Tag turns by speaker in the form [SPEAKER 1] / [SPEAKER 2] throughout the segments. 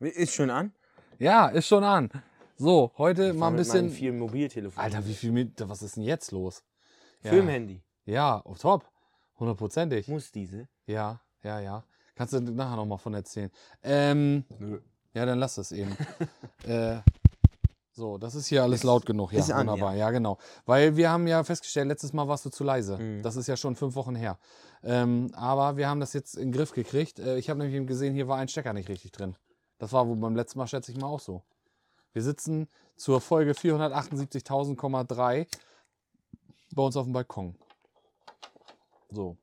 [SPEAKER 1] Ist schon an?
[SPEAKER 2] Ja, ist schon an. So, heute mal ein bisschen.
[SPEAKER 1] viel Mobiltelefon.
[SPEAKER 2] Alter, wie viel mit. Was ist denn jetzt los? Ja.
[SPEAKER 1] Filmhandy.
[SPEAKER 2] Ja, auf top. Hundertprozentig.
[SPEAKER 1] Muss diese?
[SPEAKER 2] Ja, ja, ja. Kannst du nachher nochmal von erzählen. Ähm,
[SPEAKER 1] Nö.
[SPEAKER 2] ja, dann lass das eben. äh, so, das ist hier alles laut genug. Ja,
[SPEAKER 1] ist an,
[SPEAKER 2] wunderbar. ja. genau. Weil wir haben ja festgestellt, letztes Mal warst du zu leise.
[SPEAKER 1] Mhm.
[SPEAKER 2] Das ist ja schon fünf Wochen her. Ähm, aber wir haben das jetzt in den Griff gekriegt. Äh, ich habe nämlich eben gesehen, hier war ein Stecker nicht richtig drin. Das war wohl beim letzten Mal, schätze ich mal, auch so. Wir sitzen zur Folge 478.000,3 bei uns auf dem Balkon. So.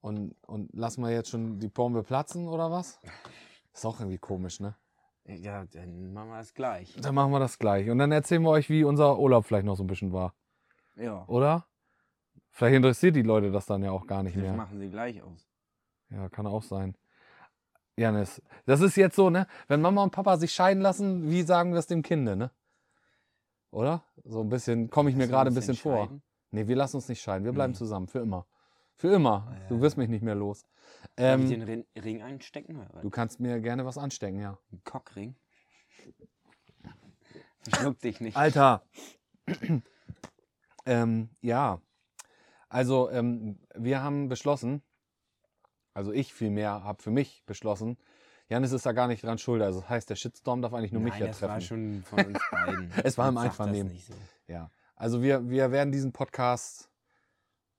[SPEAKER 2] Und, und lassen wir jetzt schon die Bombe platzen oder was? Ist auch irgendwie komisch, ne?
[SPEAKER 1] Äh, Ja, dann machen wir es gleich.
[SPEAKER 2] Dann machen wir das gleich. Und dann erzählen wir euch, wie unser Urlaub vielleicht noch so ein bisschen war.
[SPEAKER 1] Ja.
[SPEAKER 2] Oder? Vielleicht interessiert die Leute das dann ja auch gar nicht
[SPEAKER 1] Das
[SPEAKER 2] mehr.
[SPEAKER 1] machen sie gleich aus.
[SPEAKER 2] Ja, kann auch sein. Janis, das ist jetzt so, ne? Wenn Mama und Papa sich scheiden lassen, wie sagen wir es dem Kinde, ne? Oder? So ein bisschen, komme ich mir
[SPEAKER 1] Lassen wir
[SPEAKER 2] gerade ein
[SPEAKER 1] uns
[SPEAKER 2] bisschen vor.
[SPEAKER 1] entscheiden?
[SPEAKER 2] Nee, wir lassen uns nicht scheiden. Wir bleiben
[SPEAKER 1] Nee.
[SPEAKER 2] zusammen, für immer. Für immer.
[SPEAKER 1] Ah, ja,
[SPEAKER 2] Du
[SPEAKER 1] ja.
[SPEAKER 2] wirst mich nicht mehr los.
[SPEAKER 1] Darf ich
[SPEAKER 2] Ähm,
[SPEAKER 1] den Rin Ring einstecken? Oder was?
[SPEAKER 2] du kannst mir gerne was anstecken, ja.
[SPEAKER 1] Ein Cockring? Verschluck dich nicht.
[SPEAKER 2] Alter. ähm, ja. Also, ähm, wir haben beschlossen, also ich vielmehr habe für mich beschlossen, Janis ist da gar nicht dran schuld. Also das heißt, der Shitstorm darf eigentlich nur mich ja
[SPEAKER 1] das
[SPEAKER 2] treffen.
[SPEAKER 1] war schon von uns beiden.
[SPEAKER 2] Es war im
[SPEAKER 1] Jetzt sag das
[SPEAKER 2] Einvernehmen.
[SPEAKER 1] nicht so.
[SPEAKER 2] Ja. Also wir, wir werden diesen Podcast.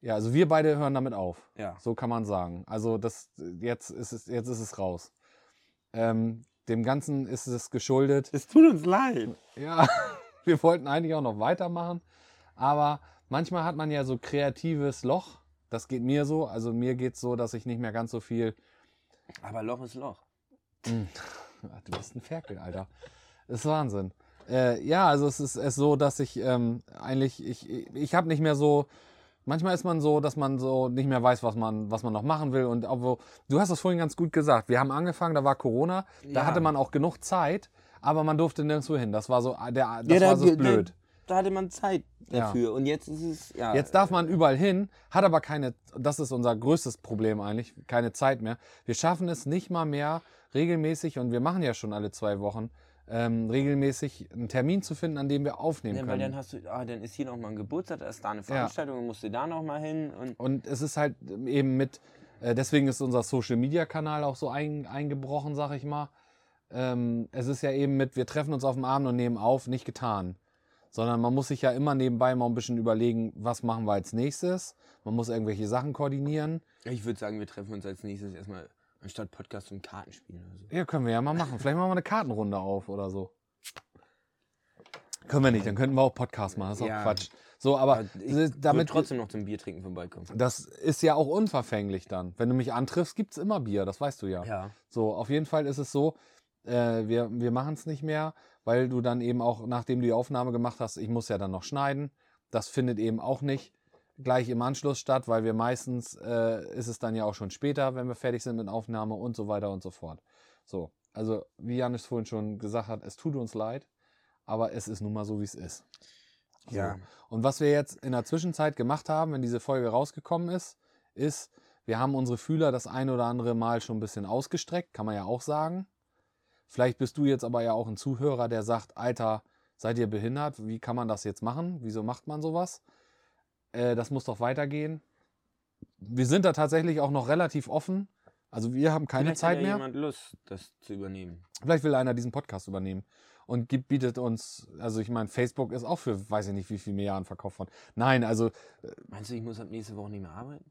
[SPEAKER 2] Ja, also wir beide hören damit auf.
[SPEAKER 1] Ja.
[SPEAKER 2] So kann man sagen. Also das jetzt ist es, jetzt ist es raus. Ähm, dem Ganzen ist es geschuldet,
[SPEAKER 1] Es tut uns leid.
[SPEAKER 2] Ja, wir wollten eigentlich auch noch weitermachen, aber manchmal hat man ja so kreatives Loch. Das geht mir so. Also mir geht es so, dass ich nicht mehr ganz so viel.
[SPEAKER 1] Aber Loch ist Loch.
[SPEAKER 2] Ah, Du bist ein Ferkel, Alter. Das ist Wahnsinn. Äh, ja, also es ist, es so, dass ich ähm, eigentlich, ich, ich habe nicht mehr so. Manchmal ist man so, dass man so nicht mehr weiß, was man, was man noch machen will. Und obwohl, du hast das vorhin ganz gut gesagt. Wir haben angefangen, da war Corona, da
[SPEAKER 1] Ja.
[SPEAKER 2] hatte man auch genug Zeit, aber man durfte nirgendwo hin. Das war so, ah, der, das war so
[SPEAKER 1] ge-
[SPEAKER 2] blöd.
[SPEAKER 1] Da hatte man Zeit
[SPEAKER 2] Ja.
[SPEAKER 1] dafür. Und jetzt ist es, ja.
[SPEAKER 2] Jetzt darf man überall hin, hat aber keine, das ist unser größtes Problem eigentlich, keine Zeit mehr. Wir schaffen es nicht mal mehr regelmäßig und wir machen ja schon alle zwei Wochen ähm, regelmäßig einen Termin zu finden, an dem wir aufnehmen
[SPEAKER 1] Ja, weil dann
[SPEAKER 2] können.
[SPEAKER 1] hast du, ah, dann ist hier nochmal ein Geburtstag, da ist da eine Veranstaltung, musst du da nochmal hin und
[SPEAKER 2] Und es ist halt eben mit, äh, deswegen ist unser Social-Media-Kanal auch so ein, eingebrochen, sag ich mal. Ähm, es ist ja eben mit, wir treffen uns auf dem Abend und nehmen auf, nicht getan. Sondern man muss sich ja immer nebenbei mal ein bisschen überlegen, was machen wir als nächstes. Man muss irgendwelche Sachen koordinieren.
[SPEAKER 1] ich würde sagen, wir treffen uns als nächstes erstmal anstatt Podcast und Kartenspielen oder so.
[SPEAKER 2] Ja, können wir ja mal machen. Vielleicht machen wir eine Kartenrunde auf oder so. Können wir nicht, dann könnten wir auch Podcast machen. Das ist
[SPEAKER 1] Ja.
[SPEAKER 2] auch Quatsch. So, aber
[SPEAKER 1] ich damit
[SPEAKER 2] damit
[SPEAKER 1] trotzdem noch zum Bier trinken vorbeikommen.
[SPEAKER 2] das ist ja auch unverfänglich dann. Wenn du mich antriffst, gibt's immer Bier, das weißt du ja.
[SPEAKER 1] Ja.
[SPEAKER 2] So, auf jeden Fall ist es so, äh, wir, wir machen es nicht mehr, weil du dann eben auch, nachdem du die Aufnahme gemacht hast, ich muss ja dann noch schneiden. Das findet eben auch nicht gleich im Anschluss statt, weil wir meistens äh, ist es dann ja auch schon später, wenn wir fertig sind mit Aufnahme und so weiter und so fort. So, also wie Janis vorhin schon gesagt hat, es tut uns leid, aber es ist nun mal so, wie es ist. So.
[SPEAKER 1] Ja.
[SPEAKER 2] Und was wir jetzt in der Zwischenzeit gemacht haben, wenn diese Folge rausgekommen ist, ist, wir haben unsere Fühler das ein oder andere Mal schon ein bisschen ausgestreckt, kann man ja auch sagen. Vielleicht bist du jetzt aber ja auch ein Zuhörer, der sagt, Alter, seid ihr behindert? Wie kann man das jetzt machen? Wieso macht man sowas? Äh, das muss doch weitergehen. Wir sind da tatsächlich auch noch relativ offen. Also wir haben keine
[SPEAKER 1] Vielleicht
[SPEAKER 2] Zeit
[SPEAKER 1] hat ja
[SPEAKER 2] mehr.
[SPEAKER 1] jemand Lust, das zu übernehmen.
[SPEAKER 2] Vielleicht will einer diesen Podcast übernehmen und gibt, bietet uns, also ich meine, Facebook ist auch für weiß ich nicht wie viel Milliarden verkauft worden. Nein, also
[SPEAKER 1] Meinst du, ich muss ab nächste Woche nicht mehr arbeiten?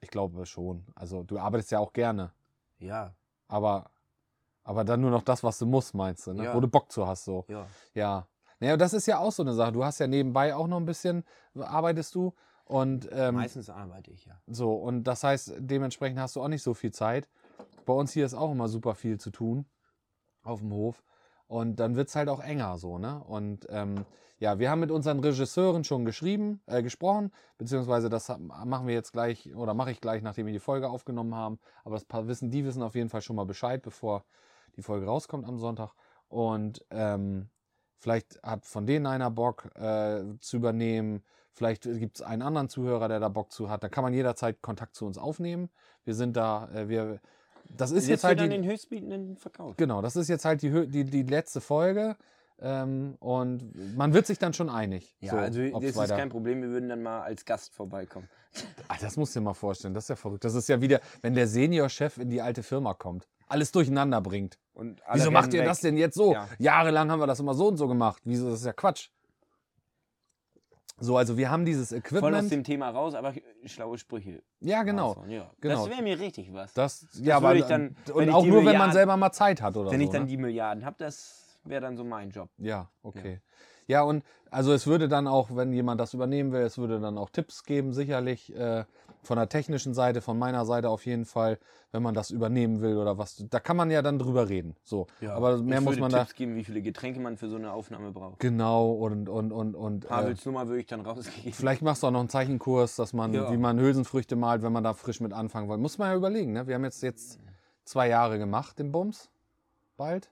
[SPEAKER 2] ich glaube schon. Also du arbeitest ja auch gerne,
[SPEAKER 1] Ja,
[SPEAKER 2] aber, aber dann nur noch das, was du musst, meinst du, ne?
[SPEAKER 1] Ja.
[SPEAKER 2] wo du Bock zu hast so.
[SPEAKER 1] ja.
[SPEAKER 2] Ja. Naja, das ist ja auch so eine Sache. Du hast ja nebenbei auch noch ein bisschen, arbeitest du und ähm,
[SPEAKER 1] Meistens arbeite ich ja.
[SPEAKER 2] So, und das heißt, dementsprechend hast du auch nicht so viel Zeit. Bei uns hier ist auch immer super viel zu tun auf dem Hof. Und dann wird es halt auch enger so, ne? Und ähm, ja, wir haben mit unseren Regisseuren schon geschrieben, äh, gesprochen, beziehungsweise das ha- machen wir jetzt gleich oder mache ich gleich, nachdem wir die Folge aufgenommen haben. Aber das pa- wissen, die wissen auf jeden Fall schon mal Bescheid, bevor die Folge rauskommt am Sonntag. Und ähm, vielleicht hat von denen einer Bock äh, zu übernehmen. Vielleicht gibt es einen anderen Zuhörer, der da Bock zu hat. Da kann man jederzeit Kontakt zu uns aufnehmen. Wir sind da, äh, wir das ist
[SPEAKER 1] Setzt
[SPEAKER 2] jetzt
[SPEAKER 1] du
[SPEAKER 2] halt
[SPEAKER 1] dann
[SPEAKER 2] die,
[SPEAKER 1] den höchstbietenden Verkauf.
[SPEAKER 2] genau, das ist jetzt halt die, Hö- die, die letzte Folge. Ähm, und man wird sich dann schon einig.
[SPEAKER 1] Ja,
[SPEAKER 2] so,
[SPEAKER 1] also
[SPEAKER 2] ob's
[SPEAKER 1] das ist
[SPEAKER 2] weiter-
[SPEAKER 1] kein Problem, wir würden dann mal als Gast vorbeikommen.
[SPEAKER 2] Ah, das musst du dir mal vorstellen, das ist ja verrückt. Das ist ja wieder, wenn der Seniorchef in die alte Firma kommt, alles durcheinander bringt.
[SPEAKER 1] Und alle
[SPEAKER 2] Wieso macht
[SPEAKER 1] rennen
[SPEAKER 2] ihr
[SPEAKER 1] weg.
[SPEAKER 2] das denn jetzt so?
[SPEAKER 1] Ja.
[SPEAKER 2] Jahrelang haben wir das immer so und so gemacht. Wieso? Das ist ja Quatsch. So, also wir haben dieses
[SPEAKER 1] Voll aus
[SPEAKER 2] Equipment.
[SPEAKER 1] dem Thema raus, aber schlaue Sprüche.
[SPEAKER 2] Ja, genau.
[SPEAKER 1] raushauen, ja.
[SPEAKER 2] genau.
[SPEAKER 1] Das wäre mir richtig was.
[SPEAKER 2] Das, ja, aber
[SPEAKER 1] würde ich dann, wenn
[SPEAKER 2] und
[SPEAKER 1] ich
[SPEAKER 2] auch
[SPEAKER 1] die
[SPEAKER 2] nur, wenn man
[SPEAKER 1] Milliarden-
[SPEAKER 2] selber mal Zeit hat oder
[SPEAKER 1] Wenn
[SPEAKER 2] so.
[SPEAKER 1] ich dann
[SPEAKER 2] ne?
[SPEAKER 1] die Milliarden habe, das wäre dann so mein Job.
[SPEAKER 2] Ja, okay. Ja. und also es würde dann auch, wenn jemand das übernehmen will, es würde dann auch Tipps geben, sicherlich äh, von der technischen Seite, von meiner Seite auf jeden Fall, wenn man das übernehmen will oder was. Da kann man ja dann drüber reden. So, aber mehr
[SPEAKER 1] ich
[SPEAKER 2] muss
[SPEAKER 1] würde
[SPEAKER 2] man
[SPEAKER 1] Tipps
[SPEAKER 2] da.
[SPEAKER 1] geben, wie viele Getränke man für so eine Aufnahme braucht.
[SPEAKER 2] Genau und und und und. Äh,
[SPEAKER 1] Havels Nummer würde ich dann rausgeben.
[SPEAKER 2] vielleicht machst du auch noch einen Zeichenkurs, dass man,
[SPEAKER 1] Ja.
[SPEAKER 2] wie man Hülsenfrüchte malt, wenn man da frisch mit anfangen will. Muss man ja überlegen. Ne? Wir haben jetzt jetzt zwei Jahre gemacht, den Bums, bald.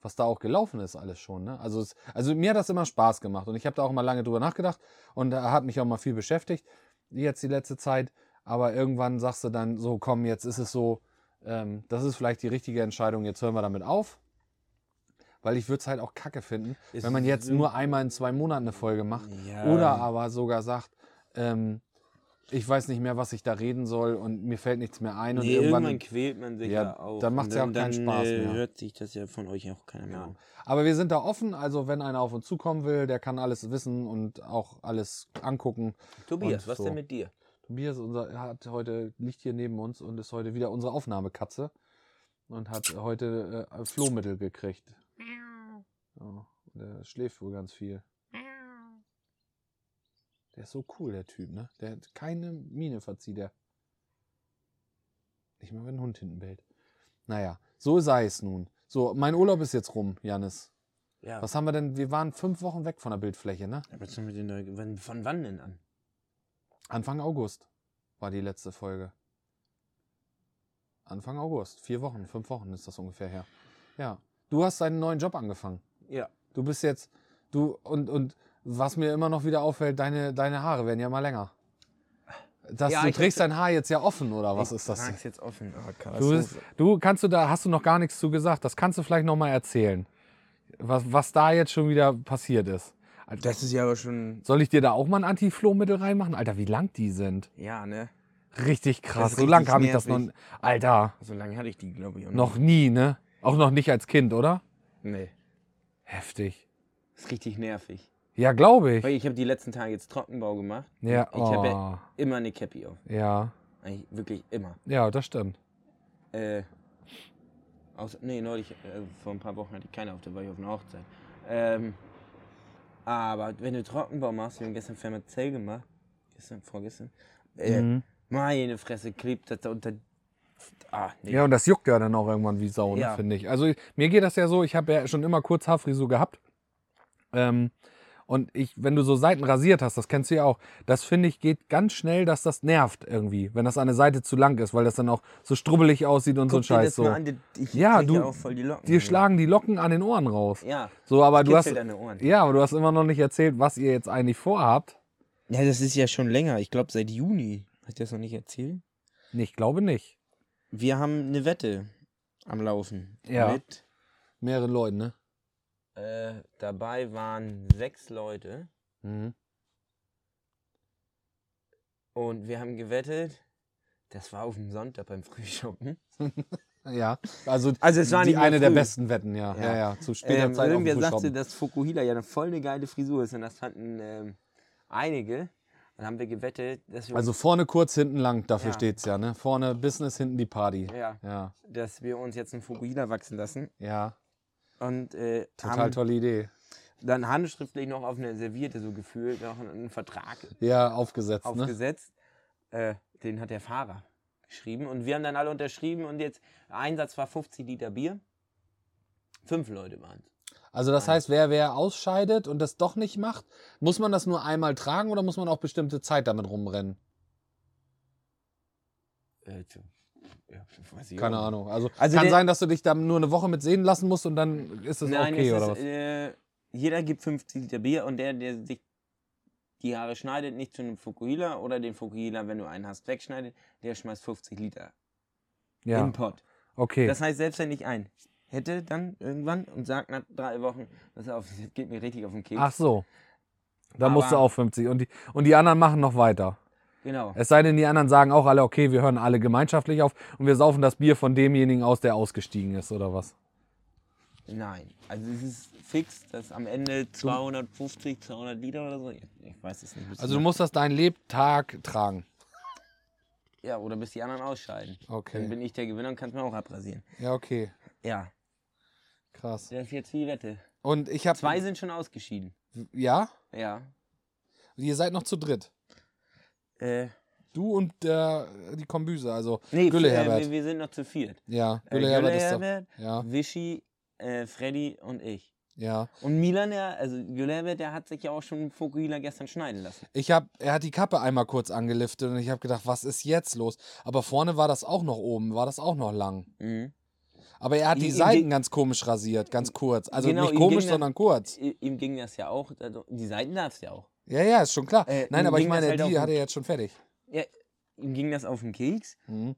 [SPEAKER 2] was da auch gelaufen ist alles schon. Ne? Also, es, also mir hat das immer Spaß gemacht und ich habe da auch mal lange drüber nachgedacht und da hat mich auch mal viel beschäftigt, jetzt die letzte Zeit. Aber irgendwann sagst du dann so, komm, jetzt ist es so, ähm, das ist vielleicht die richtige Entscheidung, jetzt hören wir damit auf. Weil ich würde es halt auch kacke finden,
[SPEAKER 1] Es
[SPEAKER 2] wenn man
[SPEAKER 1] ist
[SPEAKER 2] jetzt
[SPEAKER 1] so-
[SPEAKER 2] nur einmal in zwei Monaten eine Folge macht
[SPEAKER 1] Ja.
[SPEAKER 2] oder aber sogar sagt, ähm, ich weiß nicht mehr, was ich da reden soll und mir fällt nichts mehr ein und
[SPEAKER 1] Nee,
[SPEAKER 2] irgendwann,
[SPEAKER 1] irgendwann, quält man sich
[SPEAKER 2] Ja,
[SPEAKER 1] ja, auch.
[SPEAKER 2] dann macht's
[SPEAKER 1] Und
[SPEAKER 2] ja auch keinen Spaß
[SPEAKER 1] äh,
[SPEAKER 2] mehr.
[SPEAKER 1] hört sich das ja von euch auch keiner mehr an.
[SPEAKER 2] Genau. Aber wir sind da offen, also wenn einer auf uns zukommen will, der kann alles wissen und auch alles angucken.
[SPEAKER 1] Tobias,
[SPEAKER 2] Und
[SPEAKER 1] was
[SPEAKER 2] so.
[SPEAKER 1] denn mit dir?
[SPEAKER 2] Tobias unser, hat heute, liegt hier neben uns und ist heute wieder unsere Aufnahmekatze und hat heute äh, Flohmittel gekriegt. Ja, der schläft wohl ganz viel. Der ist so cool, der Typ, ne? Der hat keine Miene verzieht er. Nicht mal, wenn ein Hund hinten bellt. Naja, so sei es nun. So, mein Urlaub ist jetzt rum, Janis.
[SPEAKER 1] Ja,
[SPEAKER 2] Was haben wir denn? Wir waren fünf Wochen weg von der Bildfläche, ne?
[SPEAKER 1] aber jetzt haben wir den neu- wann- Von wann denn an?
[SPEAKER 2] Anfang August war die letzte Folge. Anfang August. Vier Wochen, fünf Wochen ist das ungefähr her. Ja. Du hast deinen neuen Job angefangen.
[SPEAKER 1] Ja.
[SPEAKER 2] Du bist jetzt, du, und, und was mir immer noch wieder auffällt, deine, deine Haare werden ja mal länger. Das,
[SPEAKER 1] Ja,
[SPEAKER 2] du
[SPEAKER 1] ich
[SPEAKER 2] trägst dein Haar jetzt ja offen, oder was ist das?
[SPEAKER 1] Ich jetzt offen. Ah, krass.
[SPEAKER 2] Du, bist, du kannst du da, hast du noch gar nichts zu gesagt. Das kannst du vielleicht nochmal erzählen. Was, was da jetzt schon wieder passiert ist.
[SPEAKER 1] das ist ja aber schon.
[SPEAKER 2] Soll ich dir da auch mal ein Anti-Floh-Mittel reinmachen? Alter, wie lang die sind.
[SPEAKER 1] Ja, ne?
[SPEAKER 2] Richtig krass.
[SPEAKER 1] ist
[SPEAKER 2] So lang
[SPEAKER 1] richtig
[SPEAKER 2] habe ich das noch.
[SPEAKER 1] nervig. Mhm.
[SPEAKER 2] Alter,
[SPEAKER 1] So lange hatte ich die, glaube ich, auch
[SPEAKER 2] noch nie, ne? Auch noch nicht als Kind, oder?
[SPEAKER 1] Nee.
[SPEAKER 2] Heftig.
[SPEAKER 1] Ist richtig nervig.
[SPEAKER 2] Ja, glaube ich.
[SPEAKER 1] Weil ich habe die letzten Tage jetzt Trockenbau gemacht.
[SPEAKER 2] Ja,
[SPEAKER 1] Ich habe
[SPEAKER 2] oh,
[SPEAKER 1] ja immer eine Cappy auf.
[SPEAKER 2] ja.
[SPEAKER 1] Eigentlich wirklich immer.
[SPEAKER 2] Ja, das stimmt.
[SPEAKER 1] Äh, aus, nee, neulich, äh, vor ein paar Wochen hatte ich keine auf, da war ich auf einer Hochzeit. Ähm, aber wenn du Trockenbau machst, wir haben gestern Fermazell gemacht, gestern, vorgestern, äh,
[SPEAKER 2] Mhm.
[SPEAKER 1] meine Fresse klebt das da unter. Ah, nee.
[SPEAKER 2] Ja, und das juckt ja dann auch irgendwann wie Sau, ne,
[SPEAKER 1] Ja.
[SPEAKER 2] finde ich. Also mir geht das ja so, ich habe ja schon immer kurz Haarfrisur gehabt. Ähm, und ich, wenn du so Seiten rasiert hast, das kennst du ja auch, das finde ich geht ganz schnell, dass das nervt irgendwie, wenn das an der Seite zu lang ist, weil das dann auch so strubbelig aussieht und so ein
[SPEAKER 1] Guck dir
[SPEAKER 2] Scheiß.
[SPEAKER 1] das mal
[SPEAKER 2] So.
[SPEAKER 1] an, die- ich
[SPEAKER 2] Ja,
[SPEAKER 1] krieg
[SPEAKER 2] du-
[SPEAKER 1] auch voll die Locken.
[SPEAKER 2] Dir schlagen die Locken an den Ohren raus.
[SPEAKER 1] Ja,
[SPEAKER 2] So, aber du hast,
[SPEAKER 1] kitzelt deine Ohren.
[SPEAKER 2] Ja, aber du hast immer noch nicht erzählt, was ihr jetzt eigentlich vorhabt.
[SPEAKER 1] Ja, das ist ja schon länger. Ich glaube, seit Juni. Hat ich das noch nicht erzählt?
[SPEAKER 2] Nee, Ich glaube nicht.
[SPEAKER 1] Wir haben eine Wette am Laufen.
[SPEAKER 2] Ja.
[SPEAKER 1] Mit,
[SPEAKER 2] Mehrere Leute, ne?
[SPEAKER 1] äh, dabei waren sechs Leute
[SPEAKER 2] Mhm.
[SPEAKER 1] und wir haben gewettet. Das war auf dem Sonntag beim Frühschoppen.
[SPEAKER 2] Ja, also,
[SPEAKER 1] Also es war
[SPEAKER 2] die
[SPEAKER 1] nicht mal
[SPEAKER 2] eine der
[SPEAKER 1] früh.
[SPEAKER 2] besten Wetten, ja. Ja, ja,
[SPEAKER 1] Ja.
[SPEAKER 2] zu später
[SPEAKER 1] Ähm,
[SPEAKER 2] Zeit auf
[SPEAKER 1] irgendwer
[SPEAKER 2] dem
[SPEAKER 1] sagte,
[SPEAKER 2] sagte,
[SPEAKER 1] dass Fukuhila ja eine voll eine geile Frisur ist und das fanden ähm, einige. Dann haben wir gewettet, dass wir,
[SPEAKER 2] Also vorne kurz, hinten lang, dafür
[SPEAKER 1] Ja.
[SPEAKER 2] steht's ja, ne? Vorne Business, hinten die Party.
[SPEAKER 1] ja,
[SPEAKER 2] Ja,
[SPEAKER 1] dass wir uns jetzt einen Fukuhila wachsen lassen
[SPEAKER 2] ja,
[SPEAKER 1] und äh,
[SPEAKER 2] total
[SPEAKER 1] haben
[SPEAKER 2] tolle Idee.
[SPEAKER 1] dann handschriftlich noch auf eine Serviette so gefühlt noch einen, einen Vertrag
[SPEAKER 2] Ja, aufgesetzt, ne?
[SPEAKER 1] aufgesetzt. Äh, den hat der Fahrer geschrieben und wir haben dann alle unterschrieben und jetzt Einsatz war 50 Liter Bier. Fünf Leute waren es.
[SPEAKER 2] Also das heißt, wer wer ausscheidet und das doch nicht macht, muss man das nur einmal tragen oder muss man auch bestimmte Zeit damit rumrennen?
[SPEAKER 1] Äh, tja, ja, weiß ich
[SPEAKER 2] Keine
[SPEAKER 1] auch nicht.
[SPEAKER 2] Ahnung. Also,
[SPEAKER 1] Also
[SPEAKER 2] kann
[SPEAKER 1] der-
[SPEAKER 2] sein, dass du dich dann nur eine Woche mit sehen lassen musst und dann ist es
[SPEAKER 1] Nein,
[SPEAKER 2] okay,
[SPEAKER 1] es
[SPEAKER 2] oder
[SPEAKER 1] ist,
[SPEAKER 2] was?
[SPEAKER 1] Äh, jeder gibt 50 Liter Bier und der, der sich die Haare schneidet, nicht zu einem Fukuhila oder den Fukuhila, wenn du einen hast, wegschneidet, der schmeißt 50 Liter
[SPEAKER 2] Ja.
[SPEAKER 1] im Pott.
[SPEAKER 2] Okay.
[SPEAKER 1] Das heißt selbstständig ein. Hätte dann irgendwann und sagt nach drei Wochen, das auf, das geht mir richtig auf den Keks.
[SPEAKER 2] Ach so. Da musst du
[SPEAKER 1] Aber-
[SPEAKER 2] auch 50. Und die, und die anderen machen noch weiter.
[SPEAKER 1] Genau.
[SPEAKER 2] Es sei denn, die anderen sagen auch alle, okay, wir hören alle gemeinschaftlich auf und wir saufen das Bier von demjenigen aus, der ausgestiegen ist oder was.
[SPEAKER 1] Nein. Also es ist fix, dass am Ende 250, 200 Liter oder so. Ich, ich weiß es nicht. bis-
[SPEAKER 2] Also du musst das dein Lebtag tragen.
[SPEAKER 1] ja, oder bis die anderen ausscheiden. Dann
[SPEAKER 2] Okay.
[SPEAKER 1] bin ich der Gewinner und kann es mir auch abrasieren.
[SPEAKER 2] Ja, okay.
[SPEAKER 1] Ja.
[SPEAKER 2] Krass.
[SPEAKER 1] Das ist jetzt wie Wette.
[SPEAKER 2] Und ich habe
[SPEAKER 1] Zwei sind schon ausgeschieden.
[SPEAKER 2] Ja?
[SPEAKER 1] Ja.
[SPEAKER 2] Ihr seid noch zu dritt.
[SPEAKER 1] Äh,
[SPEAKER 2] Du und der, die Kombüse, also
[SPEAKER 1] nee,
[SPEAKER 2] Gülle
[SPEAKER 1] äh,
[SPEAKER 2] Herbert.
[SPEAKER 1] wir, wir sind noch zu viert.
[SPEAKER 2] ja,
[SPEAKER 1] Äh,
[SPEAKER 2] Gülle Herbert ist da.
[SPEAKER 1] Herbert,
[SPEAKER 2] Ja,
[SPEAKER 1] Wischi, äh, Freddy und ich.
[SPEAKER 2] ja.
[SPEAKER 1] Und Milan, der, also Gülle Herbert, der hat sich ja auch schon Fokuhila gestern schneiden lassen.
[SPEAKER 2] Ich hab, er hat die Kappe einmal kurz angeliftet und ich habe gedacht, was ist jetzt los? Aber vorne war das auch noch oben, war das auch noch lang.
[SPEAKER 1] Mhm.
[SPEAKER 2] Aber er hat die
[SPEAKER 1] Ihm- ihm
[SPEAKER 2] Seiten
[SPEAKER 1] ging-
[SPEAKER 2] ganz komisch rasiert, ganz kurz. Also
[SPEAKER 1] Genau,
[SPEAKER 2] nicht
[SPEAKER 1] ihm
[SPEAKER 2] komisch,
[SPEAKER 1] ging-
[SPEAKER 2] sondern kurz.
[SPEAKER 1] I- Ihm ging das ja auch. Also, die Seiten darfst du ja auch.
[SPEAKER 2] Ja, ja, ist schon klar.
[SPEAKER 1] Äh,
[SPEAKER 2] Nein,
[SPEAKER 1] ihm
[SPEAKER 2] aber ich
[SPEAKER 1] ging das
[SPEAKER 2] meine,
[SPEAKER 1] halt
[SPEAKER 2] die
[SPEAKER 1] auch
[SPEAKER 2] hat er
[SPEAKER 1] gut.
[SPEAKER 2] jetzt schon fertig.
[SPEAKER 1] Ihm ging das auf den Keks,
[SPEAKER 2] Mhm.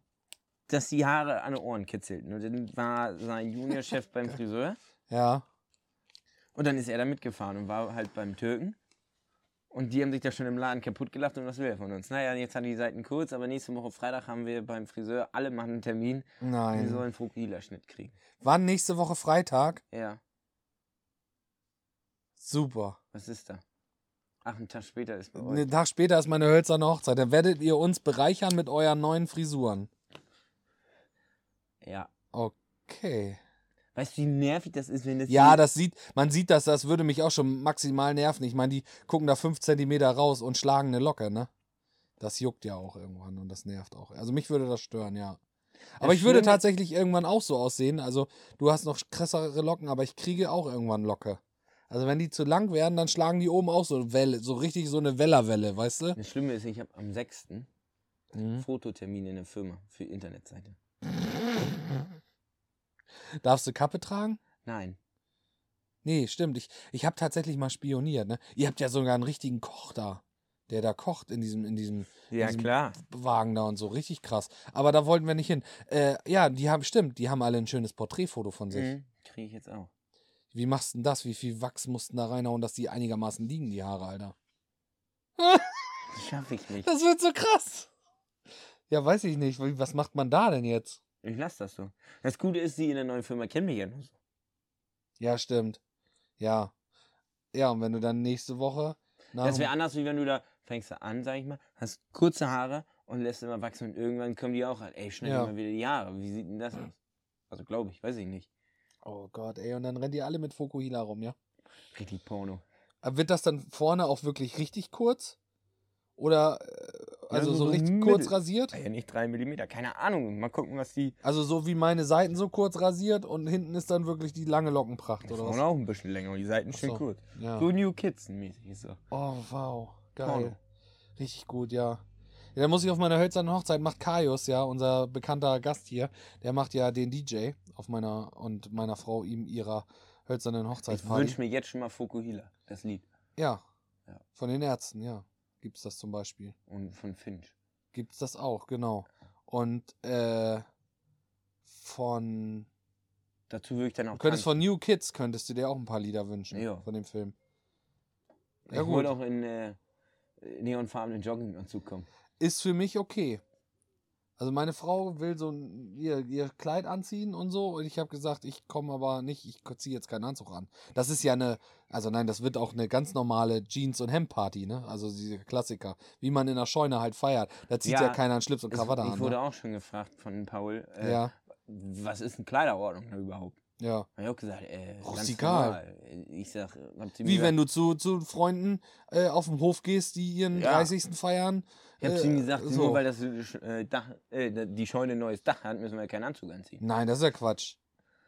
[SPEAKER 1] dass die Haare an den Ohren kitzelten. Und dann war sein Juniorchef beim Friseur.
[SPEAKER 2] Ja.
[SPEAKER 1] Und dann ist er da mitgefahren und war halt beim Türken. Und die haben sich da schon im Laden kaputt gelacht und was will er von uns? Naja, jetzt hat die Seiten kurz, aber nächste Woche Freitag haben wir beim Friseur alle machen einen Termin. Wir
[SPEAKER 2] Nein.
[SPEAKER 1] sollen einen Fukuhila-Schnitt kriegen.
[SPEAKER 2] Wann nächste Woche Freitag?
[SPEAKER 1] Ja,
[SPEAKER 2] Super.
[SPEAKER 1] was ist da? Ach, einen Tag später ist bei euch.
[SPEAKER 2] Einen Tag später ist meine hölzerne Hochzeit. Dann werdet ihr uns bereichern mit euren neuen Frisuren.
[SPEAKER 1] Ja.
[SPEAKER 2] Okay.
[SPEAKER 1] Weißt du, wie nervig das ist, wenn das.
[SPEAKER 2] Ja,
[SPEAKER 1] die-
[SPEAKER 2] das sieht, man sieht das, das würde mich auch schon maximal nerven. Ich meine, die gucken da fünf Zentimeter raus und schlagen eine Locke, ne? Das juckt ja auch irgendwann und das nervt auch. Also mich würde das stören, ja. Aber ich würde
[SPEAKER 1] Schlimme-
[SPEAKER 2] tatsächlich irgendwann auch so aussehen. Also du hast noch krassere Locken, aber ich kriege auch irgendwann Locke. Also wenn die zu lang werden, dann schlagen die oben auch so Welle, so richtig so eine Wellerwelle, weißt du?
[SPEAKER 1] Das Schlimme ist, ich habe am 6. einen
[SPEAKER 2] Mhm.
[SPEAKER 1] Fototermin in der Firma für die Internetseite.
[SPEAKER 2] Darfst du Kappe tragen?
[SPEAKER 1] Nein.
[SPEAKER 2] Nee, stimmt. Ich, ich habe tatsächlich mal spioniert, ne? Ihr habt ja sogar einen richtigen Koch da, der da kocht in diesem, in diesem
[SPEAKER 1] Ja,
[SPEAKER 2] Diesem-
[SPEAKER 1] klar.
[SPEAKER 2] Wagen da und so, richtig krass. Aber da wollten wir nicht hin. Äh, ja, die haben, stimmt, die haben alle ein schönes Porträtfoto von sich.
[SPEAKER 1] Mhm. Kriege ich jetzt auch.
[SPEAKER 2] Wie machst du denn das? Wie viel Wachs mussten da reinhauen, dass die einigermaßen liegen, die Haare, Alter?
[SPEAKER 1] Das schaffe ich nicht.
[SPEAKER 2] Das wird so krass. Ja, weiß ich nicht. Wie- Was macht man da denn jetzt?
[SPEAKER 1] Ich lasse das so. Das Gute ist, sie in der neuen Firma kennen mich ja noch so.
[SPEAKER 2] Ja, stimmt. Ja. Ja, und wenn du dann nächste Woche. nach
[SPEAKER 1] Das
[SPEAKER 2] dem-
[SPEAKER 1] wäre anders, wie wenn du da fängst du an, sag ich mal, hast kurze Haare und lässt immer wachsen und irgendwann kommen die auch halt, ey, schneid
[SPEAKER 2] Ja.
[SPEAKER 1] dir mal wieder die Haare. Wie sieht denn das aus? Also glaube ich, weiß ich nicht.
[SPEAKER 2] oh Gott, ey, und dann rennen die alle mit Fokuhila rum, ja?
[SPEAKER 1] Richtig Porno.
[SPEAKER 2] Aber wird das dann vorne auch wirklich richtig kurz? Oder. äh, Also
[SPEAKER 1] so-
[SPEAKER 2] so,
[SPEAKER 1] so
[SPEAKER 2] richtig
[SPEAKER 1] mittel-
[SPEAKER 2] kurz rasiert?
[SPEAKER 1] Ja, nicht drei Millimeter, keine Ahnung. Mal gucken, was die.
[SPEAKER 2] Also so wie meine Seiten so kurz rasiert und hinten ist dann wirklich die lange Lockenpracht oder
[SPEAKER 1] Frauen
[SPEAKER 2] was?
[SPEAKER 1] auch ein bisschen länger und die Seiten
[SPEAKER 2] Ach
[SPEAKER 1] schön
[SPEAKER 2] so.
[SPEAKER 1] kurz.
[SPEAKER 2] Ja.
[SPEAKER 1] So New Kids mäßig ist so.
[SPEAKER 2] Oh wow, geil.
[SPEAKER 1] Porno.
[SPEAKER 2] Richtig gut, ja. Ja, dann muss ich auf meiner hölzernen Hochzeit macht Kaius, ja, unser bekannter Gast hier, der macht ja den DJ auf meiner und meiner Frau ihm ihrer hölzernen
[SPEAKER 1] Ich
[SPEAKER 2] Hochzeitparty.
[SPEAKER 1] wünsche mir jetzt schon mal Fokuhila, das Lied.
[SPEAKER 2] ja.
[SPEAKER 1] Ja.
[SPEAKER 2] Von den Ärzten, ja. Gibt's das zum Beispiel.
[SPEAKER 1] Und von Finch.
[SPEAKER 2] Gibt's das auch, genau. Und äh von
[SPEAKER 1] Dazu würde ich dann auch.
[SPEAKER 2] Du könntest von New Kids könntest du dir auch ein paar Lieder wünschen
[SPEAKER 1] Ja.
[SPEAKER 2] von dem Film.
[SPEAKER 1] ja, ich wollte auch in äh, neonfarbenen Jogginganzug kommen.
[SPEAKER 2] Ist für mich okay. Also meine Frau will so ein, ihr, ihr Kleid anziehen und so und ich habe gesagt, ich komme aber nicht, ich ziehe jetzt keinen Anzug an. Das ist ja eine, also nein, das wird auch eine ganz normale Jeans- und Hemdparty, ne? Also diese Klassiker, wie man in der Scheune halt feiert. Da zieht ja,
[SPEAKER 1] Ja,
[SPEAKER 2] keiner einen Schlips und
[SPEAKER 1] Es-
[SPEAKER 2] Krawatte
[SPEAKER 1] ich
[SPEAKER 2] an.
[SPEAKER 1] wurde
[SPEAKER 2] Ne?
[SPEAKER 1] auch schon gefragt von Paul, äh,
[SPEAKER 2] Ja,
[SPEAKER 1] was ist eine Kleiderordnung da überhaupt?
[SPEAKER 2] ja.
[SPEAKER 1] Hab ich auch gesagt, äh, ganz
[SPEAKER 2] Rustikal.
[SPEAKER 1] normal. Ich sag, äh, hab zu ihm
[SPEAKER 2] Wie wenn
[SPEAKER 1] gesagt,
[SPEAKER 2] du zu, zu Freunden äh, auf dem Hof gehst, die ihren
[SPEAKER 1] Ja.
[SPEAKER 2] 30. feiern.
[SPEAKER 1] ich hab zu ihm gesagt,
[SPEAKER 2] äh,
[SPEAKER 1] nur weil das äh, Dach, äh, die Scheune ein neues Dach hat, müssen wir keinen Anzug anziehen.
[SPEAKER 2] Nein, das ist ja Quatsch.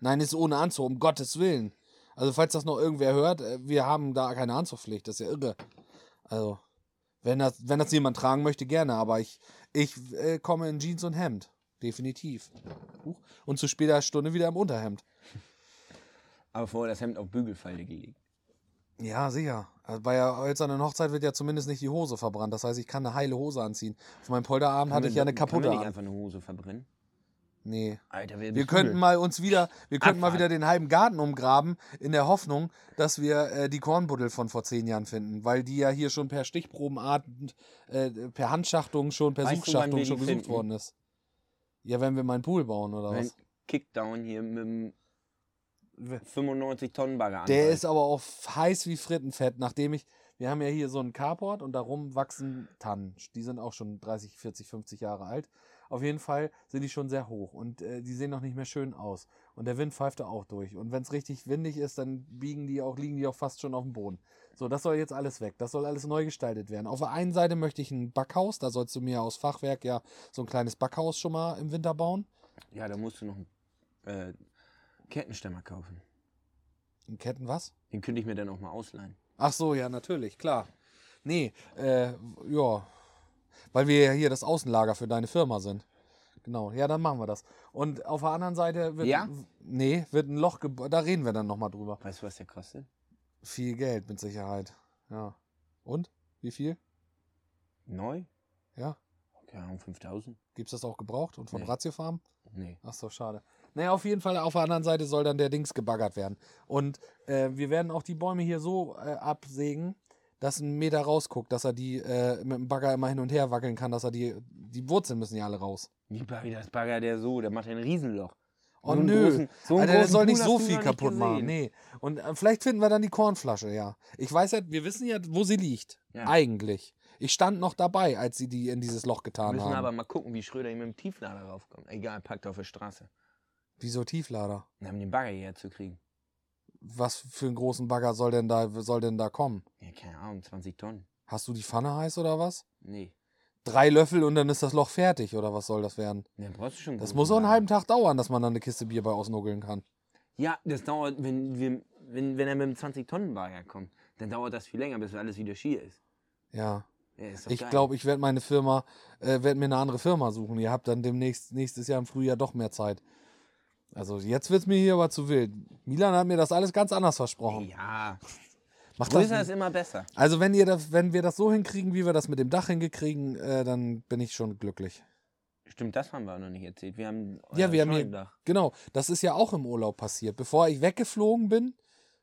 [SPEAKER 2] Nein, ist ohne Anzug, um Gottes Willen. Also, falls das noch irgendwer hört, äh, wir haben da keine Anzugpflicht, das ist ja irre. Also, wenn das, wenn das jemand tragen möchte, gerne, aber ich, ich äh, komme in Jeans und Hemd. Definitiv. Huch. Und zu später Stunde wieder im Unterhemd.
[SPEAKER 1] Aber vorher das Hemd auf Bügelfalte gelegt.
[SPEAKER 2] Ja, sicher. Also bei der hölzernen Hochzeit wird ja zumindest nicht die Hose verbrannt. Das heißt, ich kann eine heile Hose anziehen. Auf meinem Polterabend hatte ich ja eine
[SPEAKER 1] Kann
[SPEAKER 2] kaputte
[SPEAKER 1] man nicht
[SPEAKER 2] an.
[SPEAKER 1] einfach eine Hose verbrennen?
[SPEAKER 2] Nee.
[SPEAKER 1] Alter, wir,
[SPEAKER 2] Wir könnten mal uns wieder, wir könnten mal
[SPEAKER 1] Abfahrt.
[SPEAKER 2] wieder den halben Garten umgraben, in der Hoffnung, dass wir äh, die Kornbuddel von vor zehn Jahren finden, weil die ja hier schon per Stichprobenart, äh, per Handschachtung schon, per
[SPEAKER 1] Weißt du, wann
[SPEAKER 2] Suchschachtung
[SPEAKER 1] wir die
[SPEAKER 2] schon gesucht
[SPEAKER 1] finden?
[SPEAKER 2] worden ist. Ja, wenn wir mal einen Pool bauen oder
[SPEAKER 1] Wenn
[SPEAKER 2] was.
[SPEAKER 1] Kickdown hier mit
[SPEAKER 2] W-
[SPEAKER 1] dem 95-Tonnen-Bagger
[SPEAKER 2] Der
[SPEAKER 1] anrollt.
[SPEAKER 2] ist aber auch heiß wie Frittenfett, nachdem ich, wir haben ja hier so einen Carport und darum wachsen Tannen. Die sind auch schon 30, 40, 50 Jahre alt. Auf jeden Fall sind die schon sehr hoch und äh, die sehen noch nicht mehr schön aus. Und der Wind pfeift da auch durch. Und wenn es richtig windig ist, dann biegen die auch, liegen die auch fast schon auf dem Boden. So, das soll jetzt alles weg. Das soll alles neu gestaltet werden. Auf der einen Seite möchte ich ein Backhaus, da sollst du mir aus Fachwerk ja so ein kleines Backhaus schon mal im Winter bauen.
[SPEAKER 1] Ja, da musst du noch einen äh, Kettenstämmer kaufen.
[SPEAKER 2] Ein Ketten was?
[SPEAKER 1] Den könnte ich mir dann auch mal ausleihen.
[SPEAKER 2] Ach so, ja, natürlich, klar. Nee, äh, ja. Weil wir ja hier das Außenlager für deine Firma sind. Genau, ja, dann machen wir das. Und auf der anderen Seite wird.
[SPEAKER 1] Ja?
[SPEAKER 2] Nee, wird ein Loch gebohrt. Da reden wir dann nochmal drüber.
[SPEAKER 1] Weißt du, was der kostet?
[SPEAKER 2] Viel Geld, mit Sicherheit. Ja. Und? Wie viel?
[SPEAKER 1] Neu?
[SPEAKER 2] Ja.
[SPEAKER 1] Keine Ahnung, 5000?
[SPEAKER 2] Gibt's das auch gebraucht? Und von
[SPEAKER 1] Nee.
[SPEAKER 2] Ratio Farm?
[SPEAKER 1] Nee.
[SPEAKER 2] Ach so, schade. Naja, auf jeden Fall, auf der anderen Seite soll dann der Dings gebaggert werden. Und äh, wir werden auch die Bäume hier so äh, absägen, dass ein Meter rausguckt, dass er die äh, mit dem Bagger immer hin und her wackeln kann, dass er die, die Wurzeln müssen ja alle raus.
[SPEAKER 1] Wie Bagger, das Bagger der so, der macht ja ein Riesenloch.
[SPEAKER 2] Oh
[SPEAKER 1] einen
[SPEAKER 2] nö,
[SPEAKER 1] großen- so einen
[SPEAKER 2] Alter, der
[SPEAKER 1] großen
[SPEAKER 2] soll nicht
[SPEAKER 1] Pool
[SPEAKER 2] so
[SPEAKER 1] hast du
[SPEAKER 2] viel
[SPEAKER 1] noch nicht
[SPEAKER 2] kaputt machen.
[SPEAKER 1] gesehen.
[SPEAKER 2] Nee. Und äh, vielleicht finden wir dann die Kornflasche, ja. Ich weiß ja, wir wissen ja, wo sie liegt.
[SPEAKER 1] Ja.
[SPEAKER 2] Eigentlich. Ich stand noch dabei, als sie die in dieses Loch
[SPEAKER 1] Wir
[SPEAKER 2] getan
[SPEAKER 1] müssen
[SPEAKER 2] haben.
[SPEAKER 1] aber mal gucken, wie Schröder hier mit dem Tieflader raufkommt. Egal, packt auf der Straße.
[SPEAKER 2] Wieso Tieflader?
[SPEAKER 1] Dann haben den Bagger hierher zu kriegen.
[SPEAKER 2] Was für einen großen Bagger soll denn da, soll denn da kommen?
[SPEAKER 1] Ja, keine Ahnung, 20 Tonnen.
[SPEAKER 2] Hast du die Pfanne heiß oder was?
[SPEAKER 1] Nee.
[SPEAKER 2] Drei Löffel und dann ist das Loch fertig oder was soll das werden?
[SPEAKER 1] Dann brauchst du schon. einen
[SPEAKER 2] Das
[SPEAKER 1] großen
[SPEAKER 2] muss auch einen
[SPEAKER 1] Bagger.
[SPEAKER 2] halben Tag dauern, dass man dann eine Kiste Bier bei ausnuggeln kann.
[SPEAKER 1] Ja, das dauert, wenn, wir, wenn, wenn er mit dem 20-Tonnen-Bagger kommt, dann dauert das viel länger, bis alles wieder schier ist.
[SPEAKER 2] Ja.
[SPEAKER 1] Ja, ist doch
[SPEAKER 2] Ich
[SPEAKER 1] geil.
[SPEAKER 2] glaube, ich werde meine Firma, äh, werde mir eine andere Firma suchen. Ihr habt dann demnächst, nächstes Jahr im Frühjahr doch mehr Zeit. Also jetzt wird es mir hier aber zu wild. Milan hat mir das alles ganz anders versprochen.
[SPEAKER 1] Ja,
[SPEAKER 2] Macht
[SPEAKER 1] größer
[SPEAKER 2] das,
[SPEAKER 1] ist immer besser.
[SPEAKER 2] also wenn, ihr das, wenn wir das so hinkriegen, wie wir das mit dem Dach hingekriegen, äh, dann bin ich schon glücklich.
[SPEAKER 1] Stimmt, das haben wir auch noch nicht erzählt. Wir haben
[SPEAKER 2] Ja,
[SPEAKER 1] euer
[SPEAKER 2] wir haben hier-
[SPEAKER 1] Scheunendach.
[SPEAKER 2] Genau, das ist ja auch im Urlaub passiert. Bevor ich weggeflogen bin,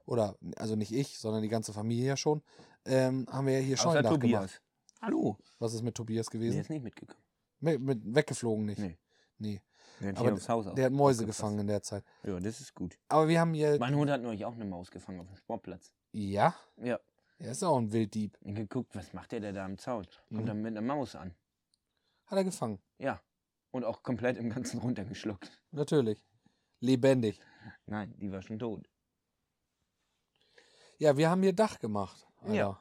[SPEAKER 2] oder also nicht ich, sondern die ganze Familie ja schon, ähm, haben wir ja hier
[SPEAKER 1] Außer
[SPEAKER 2] Scheunendach
[SPEAKER 1] Tobias.
[SPEAKER 2] gemacht. Hallo. Was ist mit Tobias
[SPEAKER 1] Der
[SPEAKER 2] gewesen?
[SPEAKER 1] ist nicht mitgekommen.
[SPEAKER 2] Mit, mit weggeflogen nicht.
[SPEAKER 1] Nee.
[SPEAKER 2] Nee.
[SPEAKER 1] Der hat,
[SPEAKER 2] Aber
[SPEAKER 1] hier aufs Haus
[SPEAKER 2] Der hat Mäuse
[SPEAKER 1] aufgepasst.
[SPEAKER 2] gefangen in der Zeit.
[SPEAKER 1] Ja, das ist gut.
[SPEAKER 2] Aber wir haben hier.
[SPEAKER 1] Mein Hund hat neulich auch eine Maus gefangen auf dem Sportplatz.
[SPEAKER 2] Ja,
[SPEAKER 1] Ja.
[SPEAKER 2] er ist auch ein Wilddieb.
[SPEAKER 1] Und geguckt, was macht der denn da am Zaun? Kommt
[SPEAKER 2] Mhm.
[SPEAKER 1] dann mit einer Maus an.
[SPEAKER 2] Hat er gefangen.
[SPEAKER 1] Ja. Und auch komplett im Ganzen runtergeschluckt.
[SPEAKER 2] Natürlich. Lebendig.
[SPEAKER 1] Nein, die war schon tot.
[SPEAKER 2] Ja, wir haben hier Dach gemacht. Alter.
[SPEAKER 1] Ja.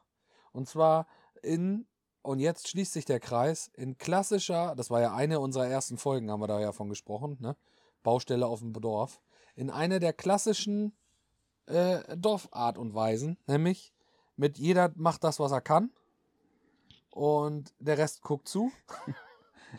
[SPEAKER 2] Und zwar in, und jetzt schließt sich der Kreis, in klassischer, das war ja eine unserer ersten Folgen, haben wir da ja von gesprochen, ne? Baustelle auf dem Dorf, in einer der klassischen äh, Dorfart und Weisen, nämlich mit jeder macht das, was er kann und der Rest guckt zu.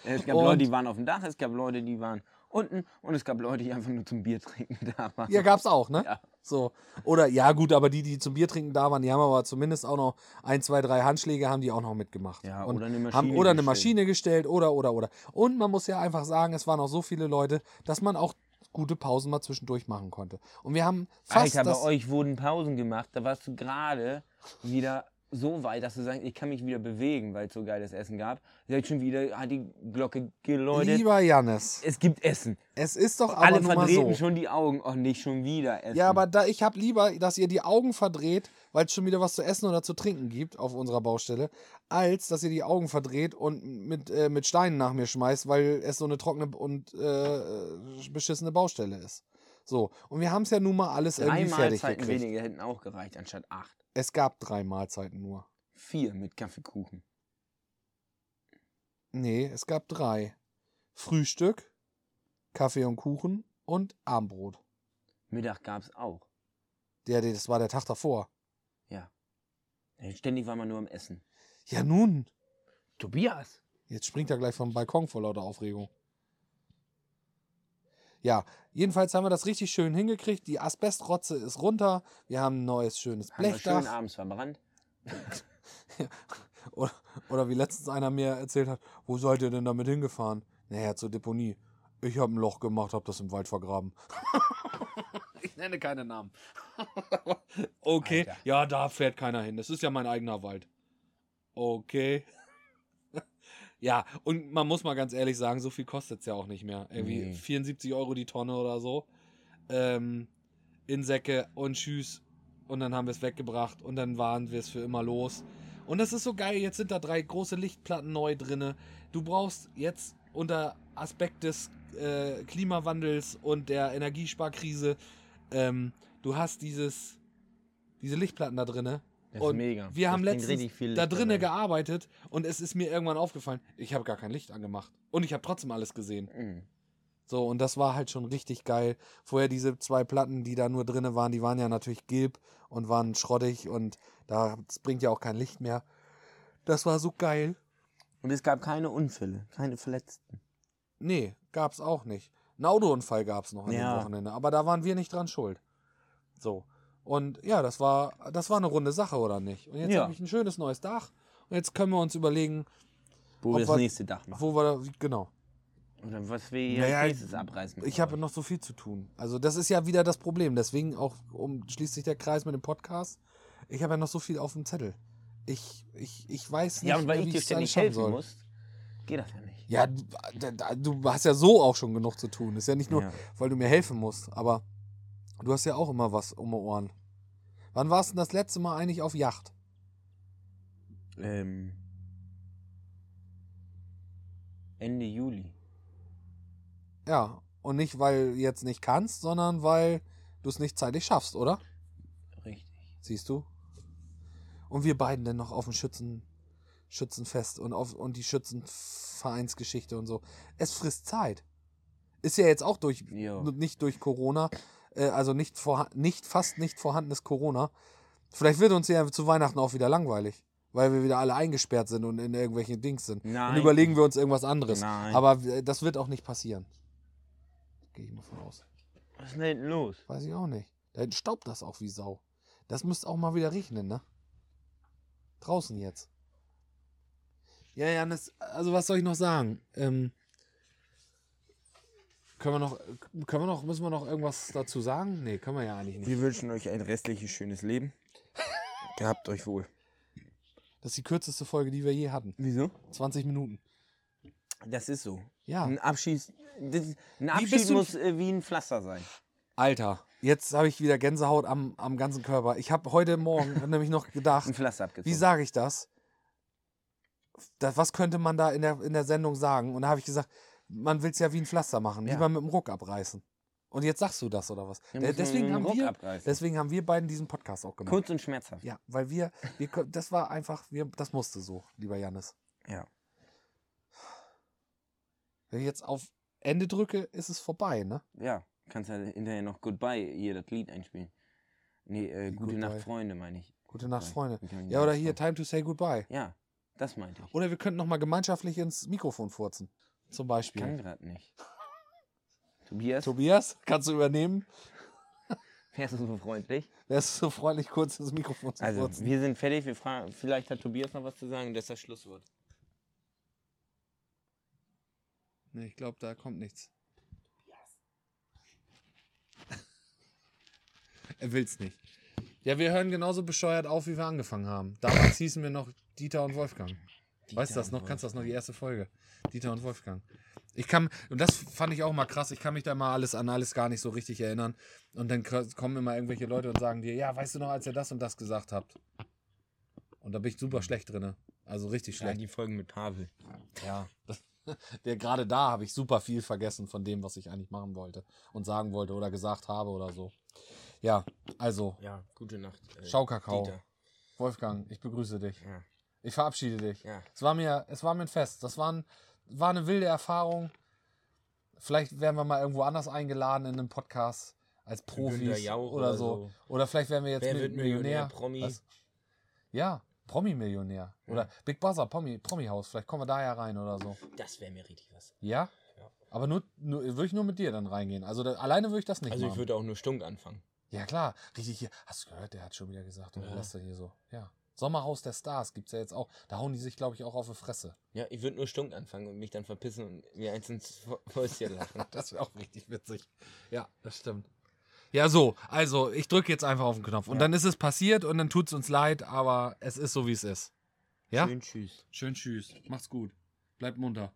[SPEAKER 1] Es gab
[SPEAKER 2] Und-
[SPEAKER 1] Leute, die waren auf dem Dach, es gab Leute, die waren unten und es gab Leute, die einfach nur zum Bier trinken da waren.
[SPEAKER 2] Ja, gab's auch, ne?
[SPEAKER 1] Ja.
[SPEAKER 2] So. Oder ja, gut, aber die, die zum Bier trinken da waren, die haben aber zumindest auch noch ein, zwei, drei Handschläge haben die auch noch mitgemacht.
[SPEAKER 1] Ja,
[SPEAKER 2] und
[SPEAKER 1] oder eine Maschine.
[SPEAKER 2] haben oder eine
[SPEAKER 1] gestellt.
[SPEAKER 2] Maschine gestellt oder oder oder. Und man muss ja einfach sagen, es waren auch so viele Leute, dass man auch gute Pausen mal zwischendurch machen konnte. Und wir haben fast
[SPEAKER 1] Alter, bei
[SPEAKER 2] das,
[SPEAKER 1] euch wurden Pausen gemacht. Da warst du gerade wieder so weit, dass du sagst, ich kann mich wieder bewegen, weil es so geiles Essen gab. Jetzt schon wieder hat die Glocke geläutet.
[SPEAKER 2] lieber Jannis,
[SPEAKER 1] es gibt Essen.
[SPEAKER 2] es ist doch aber
[SPEAKER 1] Alle
[SPEAKER 2] nun mal so.
[SPEAKER 1] verdrehten schon die Augen. Oh, nicht schon wieder Essen.
[SPEAKER 2] Ja, aber da, ich habe lieber, dass ihr die Augen verdreht, weil es schon wieder was zu essen oder zu trinken gibt auf unserer Baustelle, als dass ihr die Augen verdreht und mit, äh, mit Steinen nach mir schmeißt, weil es so eine trockene und äh, beschissene Baustelle ist. So, und wir haben es ja nun mal alles
[SPEAKER 1] drei
[SPEAKER 2] irgendwie fertig
[SPEAKER 1] Mahlzeiten
[SPEAKER 2] gekriegt.
[SPEAKER 1] weniger hätten auch gereicht, anstatt acht.
[SPEAKER 2] Es gab drei Mahlzeiten nur.
[SPEAKER 1] Vier mit Kaffeekuchen.
[SPEAKER 2] Nee, es gab drei. Frühstück, Kaffee und Kuchen und Armbrot.
[SPEAKER 1] Mittag gab es auch.
[SPEAKER 2] Der, der- das war der Tag davor.
[SPEAKER 1] Ständig war man nur am Essen.
[SPEAKER 2] Ja nun,
[SPEAKER 1] Tobias!
[SPEAKER 2] jetzt springt er gleich vom Balkon vor lauter Aufregung. Ja, jedenfalls haben wir das richtig schön hingekriegt. Die Asbestrotze ist runter. Wir haben ein neues schönes
[SPEAKER 1] Haben wir schön
[SPEAKER 2] Blechdach.
[SPEAKER 1] abends verbrannt.
[SPEAKER 2] Oder, oder wie letztens einer mir erzählt hat, wo seid ihr denn damit hingefahren? Naja, zur Deponie. Ich habe ein Loch gemacht, habe das im Wald vergraben. ich nenne keine Namen. okay,
[SPEAKER 1] Alter.
[SPEAKER 2] ja, da fährt keiner hin. Das ist ja mein eigener Wald. Okay. ja, und man muss mal ganz ehrlich sagen, so viel kostet es ja auch nicht mehr. Irgendwie
[SPEAKER 1] Nee.
[SPEAKER 2] 74 Euro die Tonne oder so. Ähm, in Säcke und tschüss. Und dann haben wir es weggebracht und dann waren wir es für immer los. Und das ist so geil. Jetzt sind da drei große Lichtplatten neu drinne. Du brauchst jetzt unter Aspekt des äh, Klimawandels und der Energiesparkrise, ähm, du hast dieses, diese Lichtplatten da drinne.
[SPEAKER 1] Das
[SPEAKER 2] Und
[SPEAKER 1] ist mega.
[SPEAKER 2] wir
[SPEAKER 1] Das
[SPEAKER 2] haben
[SPEAKER 1] bringt
[SPEAKER 2] letztens
[SPEAKER 1] richtig viel
[SPEAKER 2] Da
[SPEAKER 1] Licht
[SPEAKER 2] drinne
[SPEAKER 1] rein.
[SPEAKER 2] gearbeitet und es ist mir irgendwann aufgefallen, ich habe gar kein Licht angemacht. Und ich habe trotzdem alles gesehen.
[SPEAKER 1] Mhm.
[SPEAKER 2] So, und das war halt schon richtig geil. Vorher diese zwei Platten, die da nur drinne waren, die waren ja natürlich gelb und waren schrottig und da das bringt ja auch kein Licht mehr. Das war so geil.
[SPEAKER 1] Und es gab keine Unfälle, keine Verletzten.
[SPEAKER 2] Nee, gab's auch nicht. Einen Autounfall gab's noch an
[SPEAKER 1] Ja.
[SPEAKER 2] dem Wochenende, aber da waren wir nicht dran schuld. So. Und ja, das war, das war eine runde Sache, oder nicht? Und jetzt
[SPEAKER 1] Ja.
[SPEAKER 2] habe ich ein schönes neues Dach. Und jetzt können wir uns überlegen,
[SPEAKER 1] Wo
[SPEAKER 2] Ob
[SPEAKER 1] wir das
[SPEAKER 2] wir-
[SPEAKER 1] nächste Dach machen.
[SPEAKER 2] wo wir da, wie- genau.
[SPEAKER 1] Oder was wir hier
[SPEAKER 2] Naja,
[SPEAKER 1] als nächstes abreißen.
[SPEAKER 2] Ich habe noch so viel zu tun. Also das ist ja wieder das Problem. Deswegen auch um, schließt sich der Kreis mit dem Podcast. Ich habe ja noch so viel auf dem Zettel. Ich, ich, ich weiß nicht,
[SPEAKER 1] Ja, und weil
[SPEAKER 2] mehr,
[SPEAKER 1] ich
[SPEAKER 2] wie
[SPEAKER 1] dir
[SPEAKER 2] ich's
[SPEAKER 1] ständig
[SPEAKER 2] alles schaffen
[SPEAKER 1] helfen
[SPEAKER 2] soll.
[SPEAKER 1] muss, geht das ja nicht.
[SPEAKER 2] Ja, du, da- da- du hast ja so auch schon genug zu tun. Ist ja nicht nur,
[SPEAKER 1] Ja.
[SPEAKER 2] weil du mir helfen musst, aber du hast ja auch immer was um die Ohren. Wann warst du denn das letzte Mal eigentlich auf Yacht?
[SPEAKER 1] Ähm, Ende Juli.
[SPEAKER 2] Ja, und nicht, weil du jetzt nicht kannst, sondern weil du es nicht zeitlich schaffst, oder?
[SPEAKER 1] Richtig.
[SPEAKER 2] Siehst du? Und wir beiden dann noch auf dem Schützen, Schützenfest und, auf, und die Schützenvereinsgeschichte und so. Es frisst Zeit. Ist ja jetzt auch durch,
[SPEAKER 1] Ja.
[SPEAKER 2] nicht durch Corona, äh, also nicht, vorha- nicht fast nicht vorhandenes Corona. Vielleicht wird uns ja zu Weihnachten auch wieder langweilig, weil wir wieder alle eingesperrt sind und in irgendwelchen Dings sind.
[SPEAKER 1] Nein.
[SPEAKER 2] Und überlegen wir uns irgendwas anderes.
[SPEAKER 1] Nein.
[SPEAKER 2] Aber äh, das wird auch nicht passieren. Gehe ich mal von aus.
[SPEAKER 1] Was ist denn los?
[SPEAKER 2] Weiß ich auch nicht. Da hinten staubt das auch wie Sau. Das müsste auch mal wieder regnen, ne? Draußen jetzt. Ja, Janis, also was soll ich noch sagen? Ähm, können wir noch, können wir noch, müssen wir noch irgendwas dazu sagen? Nee, können wir ja eigentlich nicht.
[SPEAKER 1] Wir wünschen euch ein restliches schönes Leben. Gehabt euch wohl.
[SPEAKER 2] Das ist die kürzeste Folge, die wir je hatten.
[SPEAKER 1] Wieso?
[SPEAKER 2] 20 Minuten.
[SPEAKER 1] Das ist so.
[SPEAKER 2] Ja.
[SPEAKER 1] Ein Abschied, das, ein
[SPEAKER 2] Ah. bist
[SPEAKER 1] Abschied
[SPEAKER 2] du-
[SPEAKER 1] muss äh, wie ein Pflaster sein.
[SPEAKER 2] Alter, jetzt habe ich wieder Gänsehaut am, am ganzen Körper. Ich habe heute Morgen nämlich noch gedacht,
[SPEAKER 1] Ein Pflaster abgezogen.
[SPEAKER 2] Wie sage ich das? das? Was könnte man da in der, in der Sendung sagen? Und da habe ich gesagt, man will es ja wie ein Pflaster machen,
[SPEAKER 1] Ja.
[SPEAKER 2] lieber mit dem Ruck abreißen. Und jetzt sagst du das oder was?
[SPEAKER 1] Da
[SPEAKER 2] Da-
[SPEAKER 1] muss man
[SPEAKER 2] deswegen,
[SPEAKER 1] den
[SPEAKER 2] haben
[SPEAKER 1] Rock
[SPEAKER 2] wir,
[SPEAKER 1] abreißen.
[SPEAKER 2] deswegen haben wir beiden diesen Podcast auch gemacht.
[SPEAKER 1] Kurz und schmerzhaft.
[SPEAKER 2] Ja, weil wir, wir, ko- das war einfach, wir, das musste so, lieber Jannis.
[SPEAKER 1] Ja.
[SPEAKER 2] Wenn ich jetzt auf Ende drücke, ist es vorbei, ne?
[SPEAKER 1] Ja, kannst ja hinterher noch Goodbye hier das Lied einspielen. Nee, äh,
[SPEAKER 2] Wie
[SPEAKER 1] Gute Nacht,
[SPEAKER 2] Goodbye?
[SPEAKER 1] Freunde, meine ich.
[SPEAKER 2] Gute Nacht, Freunde.
[SPEAKER 1] Wie kann ich
[SPEAKER 2] Ja,
[SPEAKER 1] das
[SPEAKER 2] oder hier,
[SPEAKER 1] sagen?
[SPEAKER 2] Time to say goodbye.
[SPEAKER 1] Ja, das meinte ich.
[SPEAKER 2] Oder wir könnten nochmal gemeinschaftlich ins Mikrofon furzen. Zum
[SPEAKER 1] ich
[SPEAKER 2] Beispiel.
[SPEAKER 1] kann gerade nicht. Tobias,
[SPEAKER 2] Tobias, kannst du übernehmen?
[SPEAKER 1] wärst du so freundlich?
[SPEAKER 2] Wärst du so freundlich, kurz ins Mikrofon zu
[SPEAKER 1] Also,
[SPEAKER 2] furzen?
[SPEAKER 1] wir sind fertig. Wir fragen, vielleicht hat Tobias noch was zu sagen und das ist das Schlusswort.
[SPEAKER 2] Nee, ich glaube, da kommt nichts. er will's nicht. Ja, wir hören genauso bescheuert auf, wie wir angefangen haben. Damals hießen wir noch Dieter und Wolfgang. weißt du das noch? Kannst du das noch? Die erste Folge. Dieter und Wolfgang. Ich kann, und das fand ich auch mal krass, ich kann mich da mal alles an alles gar nicht so richtig erinnern. Und dann k- kommen immer irgendwelche Leute und sagen dir, ja, weißt du noch, als ihr das und das gesagt habt? Und da bin ich super schlecht drinne. Also richtig schlecht.
[SPEAKER 1] Ja, die Folgen mit Pavel.
[SPEAKER 2] Ja, das, der gerade da habe ich super viel vergessen von dem, was ich eigentlich machen wollte und sagen wollte oder gesagt habe oder so. Ja, also
[SPEAKER 1] Ja, gute Nacht. Äh,
[SPEAKER 2] Schau, Kakao.
[SPEAKER 1] Dieter.
[SPEAKER 2] Wolfgang, ich begrüße dich.
[SPEAKER 1] Ja,
[SPEAKER 2] Ich verabschiede dich.
[SPEAKER 1] ja.
[SPEAKER 2] Es war mir, es war mir ein Fest. Das war, ein, war eine wilde Erfahrung. Vielleicht werden wir mal irgendwo anders eingeladen in einem Podcast als
[SPEAKER 1] Günter
[SPEAKER 2] Profis
[SPEAKER 1] Jauch
[SPEAKER 2] oder so. Oder vielleicht werden wir jetzt
[SPEAKER 1] Wer
[SPEAKER 2] Mil-
[SPEAKER 1] wird Millionär? Promi.
[SPEAKER 2] Was? Ja, Promi-Millionär. Oder
[SPEAKER 1] Ja.
[SPEAKER 2] Big Brother, Promi- Promi-Haus. Vielleicht kommen wir da ja rein oder so.
[SPEAKER 1] Das wäre mir richtig was.
[SPEAKER 2] Ja?
[SPEAKER 1] Ja.
[SPEAKER 2] Aber nur, nur würde ich nur mit dir dann reingehen. Also da, alleine würde ich das nicht
[SPEAKER 1] Also, ich
[SPEAKER 2] machen.
[SPEAKER 1] würde auch nur stunk anfangen.
[SPEAKER 2] ja klar, richtig hier. Hast du gehört, der hat schon wieder gesagt, und
[SPEAKER 1] Ja.
[SPEAKER 2] lässt er hier so. Ja. Sommerhaus der Stars gibt's ja jetzt auch. Da hauen die sich, glaube ich, auch auf die Fresse.
[SPEAKER 1] Ja, ich würde nur stunk anfangen und mich dann verpissen und mir eins ins Fä- Fäustchen lachen.
[SPEAKER 2] Das wäre auch richtig witzig. Ja, das stimmt. Ja, so, also ich drücke jetzt einfach auf den Knopf. Und
[SPEAKER 1] Ja.
[SPEAKER 2] dann ist es passiert und dann tut's uns leid, aber es ist so, wie es ist. Ja?
[SPEAKER 1] Schön, tschüss.
[SPEAKER 2] Schön tschüss. Macht's gut. Bleibt munter.